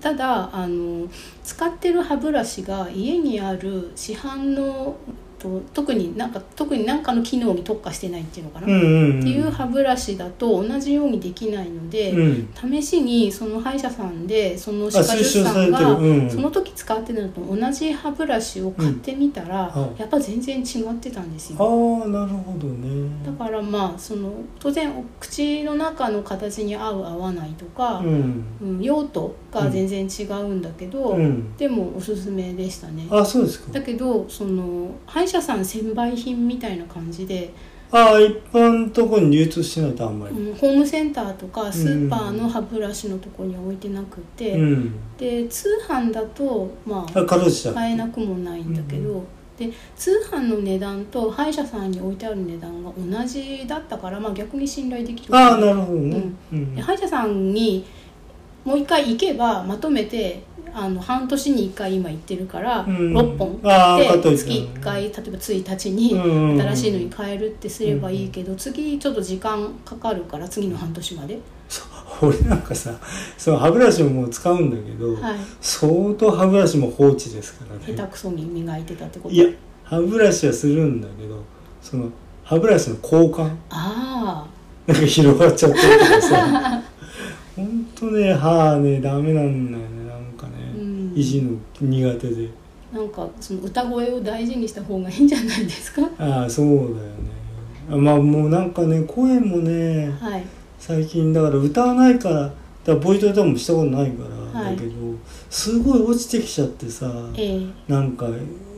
ただあの使ってる歯ブラシが家にある市販のと特になんか特に何かの機能に特化してないっていうのかな、
うん、う
っ
ん、
ていう歯ブラシだと同じようにできないので、
うん、
試しにその歯医者さんでその
あ、
歯科
推
助手
奨
さ
され
ん
てる、
が、
うん、
その時使ってたのと同じ歯ブラシを買ってみたら、
うんはい
やっぱ全然違ってたんですよ。
ああ、なるほどね。
だからまあその当然お口の中の形に合う合わないとか、
うん、
うん用途が全然違うんだけど、
うん、
でもおすすめでしたね
あ、そうですか
だ。けどその歯医者さん専売品みたいな感じで、
ああ、一般のところに流通してないとあんまり。
うんホームセンターとかスーパーの歯ブラシのとこには置いてなくて、
うん、
で通販だとま
あ、
あ
かろうじて
買えなくもないんだけど、
う
で通販の値段と歯医者さんに置いてある値段が同じだったから、まあ、逆に信頼できる
ああ、なるほどね。う
で
ん、
歯医者さんにもう一回行けばまとめてあの半年に1回今行ってるから、
うん
6本
あー
買
買
っ
っといて
て月1回例えば1日に
うん
新しいのに変えるってすればいいけど、次ちょっと時間かかるから次の半年まで、
そう俺なんかさその歯ブラシももう使うんだけど、
はい、
相当歯ブラシも放置ですから
下
ね
手くそに磨いてたってこと
いや歯ブラシはするんだけどその歯ブラシの交換
あ
なんか広がっちゃってるとか さほんとね歯ねダメなんだよねなんかね
あ、うん、
いじの苦手で
なんかその歌声を大事にした方がいいんじゃないですか
ああそうだよねあまあもうなんかね声もね
はい
最近だから歌わないからだからボイトレとかもしたことないから、
はい
だけどすごい落ちてきちゃってさ
えー、
なんか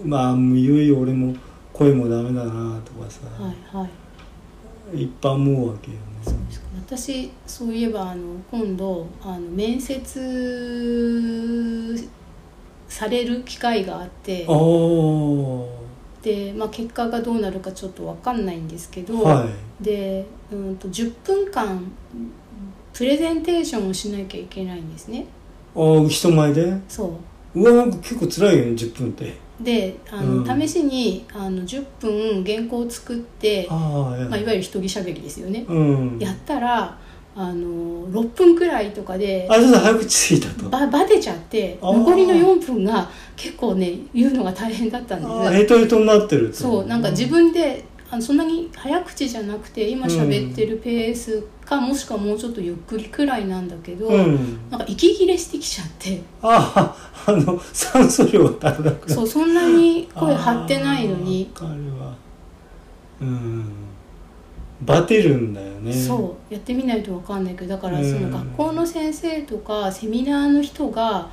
まあいよいよ俺も声もダメだなとかさ、
はいはい
い、っぱい思うわけよね
私そういえばあの今度あの面接される機会があって
ああ
で、まあ、結果がどうなるかちょっと分かんないんですけど、
はい
でうんと10分間プレゼンテーションをしなきゃいけないんですね。
ああ人前で
そう
わなんか結構辛いよね10分って
うであの、
うん
試しにあの10分原稿を作って
ああや
まあ、いわゆる一人喋りですよね、
うん
やったらあの6分くらいとかで
あちょっと早口過ぎたと
ばバテちゃって
あー
残りの4分が結構ね言うのが大変だったん
ああ
で
ヘトヘトになってると
すそうなんか自分であのそんなに早口じゃなくて今喋ってるペースか、もしくはもうちょっとゆっくりくらいなんだけど、
うん
なんか息切れしてきちゃって
あああの酸素量が足らなくな
そうそんなに声
あー
張ってないのに、
わかるわうんバテるんだよね
そうやってみないと分かんないけどだから
うん
その学校の先生とかセミナーの人が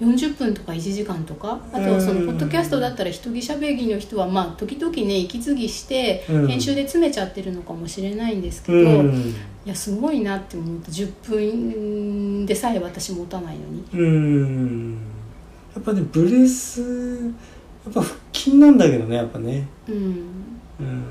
40分とか1時間とかあとその
うん
ポッドキャストだったら一人しゃべりの人はまあ時々ね息継ぎして
うん
編集で詰めちゃってるのかもしれないんですけど、
うん
いやすごいなって思うと10分でさえ私持たないのに
うーんやっぱねブレスやっぱ腹筋なんだけどねやっぱね
うん
うん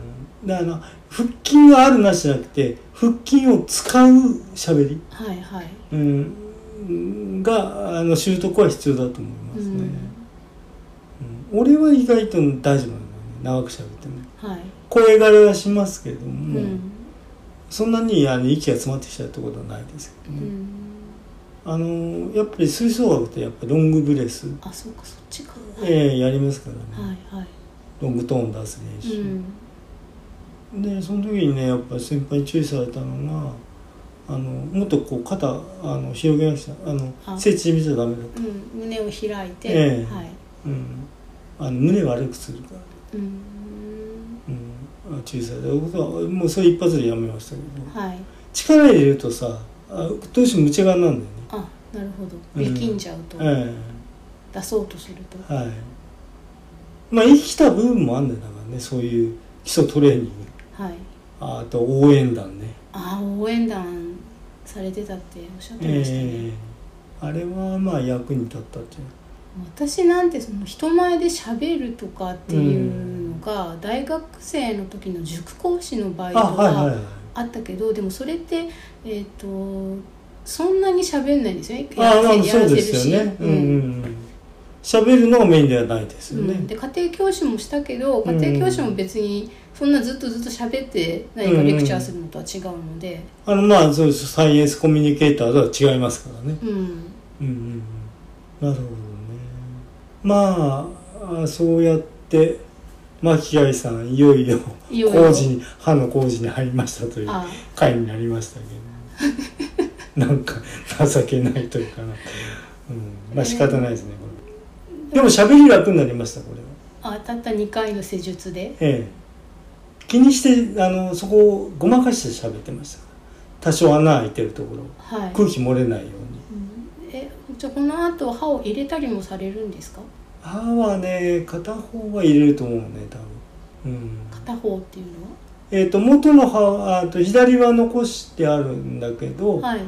だからあの腹筋があるなしじゃなくて腹筋を使う喋り、
はいはい
うん、があの習得は必要だと思いますね、
うん
うん俺は意外と大丈夫なんだよね長く喋っても
はい
声枯れはしますけれど
う
も、
ん
そんなにあの息が詰まってきちゃうってことはないですけ
う
どね、
ん
あのやっぱり吹奏楽ってやっぱロングブレス、
あそうかそっちか
ええやりますからね、
はいは
ロングトーン出す練
い
習、
うん
でその時にねやっぱり先輩に注意されたのがあのもっとこう肩あの広げましたあの
あ
背縮めちゃダメだ、
うん胸を開いて、
ええ
はい
うん、あの胸悪くするから、
うん
うん、あ注意された僕はもうそれ一発でやめましたけど
はい
力入れるとさあどうしても内側になるん
あなるほど
うん
力んじゃうと、
だよね、え
出そうとすると
えはいまあ生きた部分もあんだよだからねそういう基礎トレーニング
はい
ああと応援団ね
あ応援団されてたっておっしゃってましたね、
ええあれはまあ役に立ったっていう
私なんてその人前で喋るとかっていうのが大学生の時の塾講師の場合と
あはいはい
か
はい
あったけどでもそれって、えっとそんなに喋んないんですよね
ああまあ
や
そう
ら
で
せる
す
し
よね。うん
う
うんん。喋るのがメインではないですよ
う
ね
ん。で家庭教師もしたけど
う
家
ん
庭教師も別にそんなずっとずっと喋って何かレクチャーするのとは違うので、
あのまあそうですサイエンスコミュニケーターとは違いますからね。
うん
うんうんうん。なるほどね。まああそうやって巻貝さんいよいよ
いよいよ
工事に歯の工事に入りましたという
あ
回になりましたけ ど、なんか情けないというかな。うん、まあ仕方ないですねこれ。でも喋り楽になりましたこれは。
あたった2回の施術
え
で
え、気にしてあのそこをごまかして喋ってました多少穴開いてるところ
はい、
空気漏れないように
うんえじゃあこの後歯を入れたりもされるんですか
歯はね片方は入れると思うね多分、うん、
片方っていうのは
えっ、と元の歯はあと左は残してあるんだけど、
はい。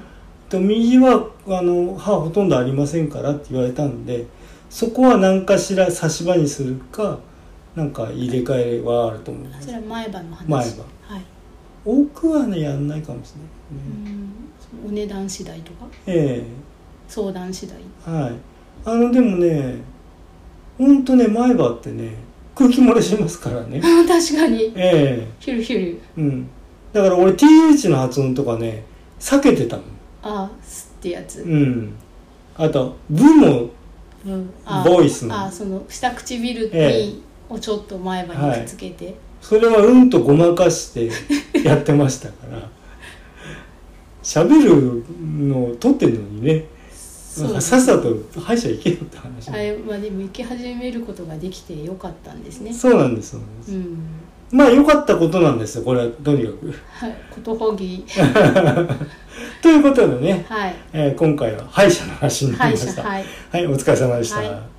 と右はあの歯ほとんどありませんからって言われたんでそこは何かしら差し歯にするかなんか入れ替えはあると思いま
そ
す
れは前歯の話。
前歯
はい。
奥はねやんないかもしれ
う
ないね、
ん。そのお値段次第とか
ええ
相談次 第。
はい。あの、でもね、ほんとね、前歯ってね、空気漏れしますから ね。
あ確かに。
え
ヒュルヒュル。
えうん。だから俺 TH の発音とかね、避けてたもん。
あすってやつ。
うん。あと、ブも、
うん。あ
ボイスの
あその下唇に、
ええ
をちょっと前歯にくっつけて。
それはうんとごまかして やってましたから。喋るのを取ってんのにね、
そ
なん
う
か。さっさと歯医者行けよって話、
あれまあでも行き始めることができてよかったんですね。
そうなんです、そうなんです。
うん。
まあ良かったことなんですよ、これは、とにかく。
はい。ことほぎ。
ということでね、
はい。
えー今回は歯医者の話にな
歯
り
医
まし
者
た。
はい。
はい、お疲れ様でした。
はい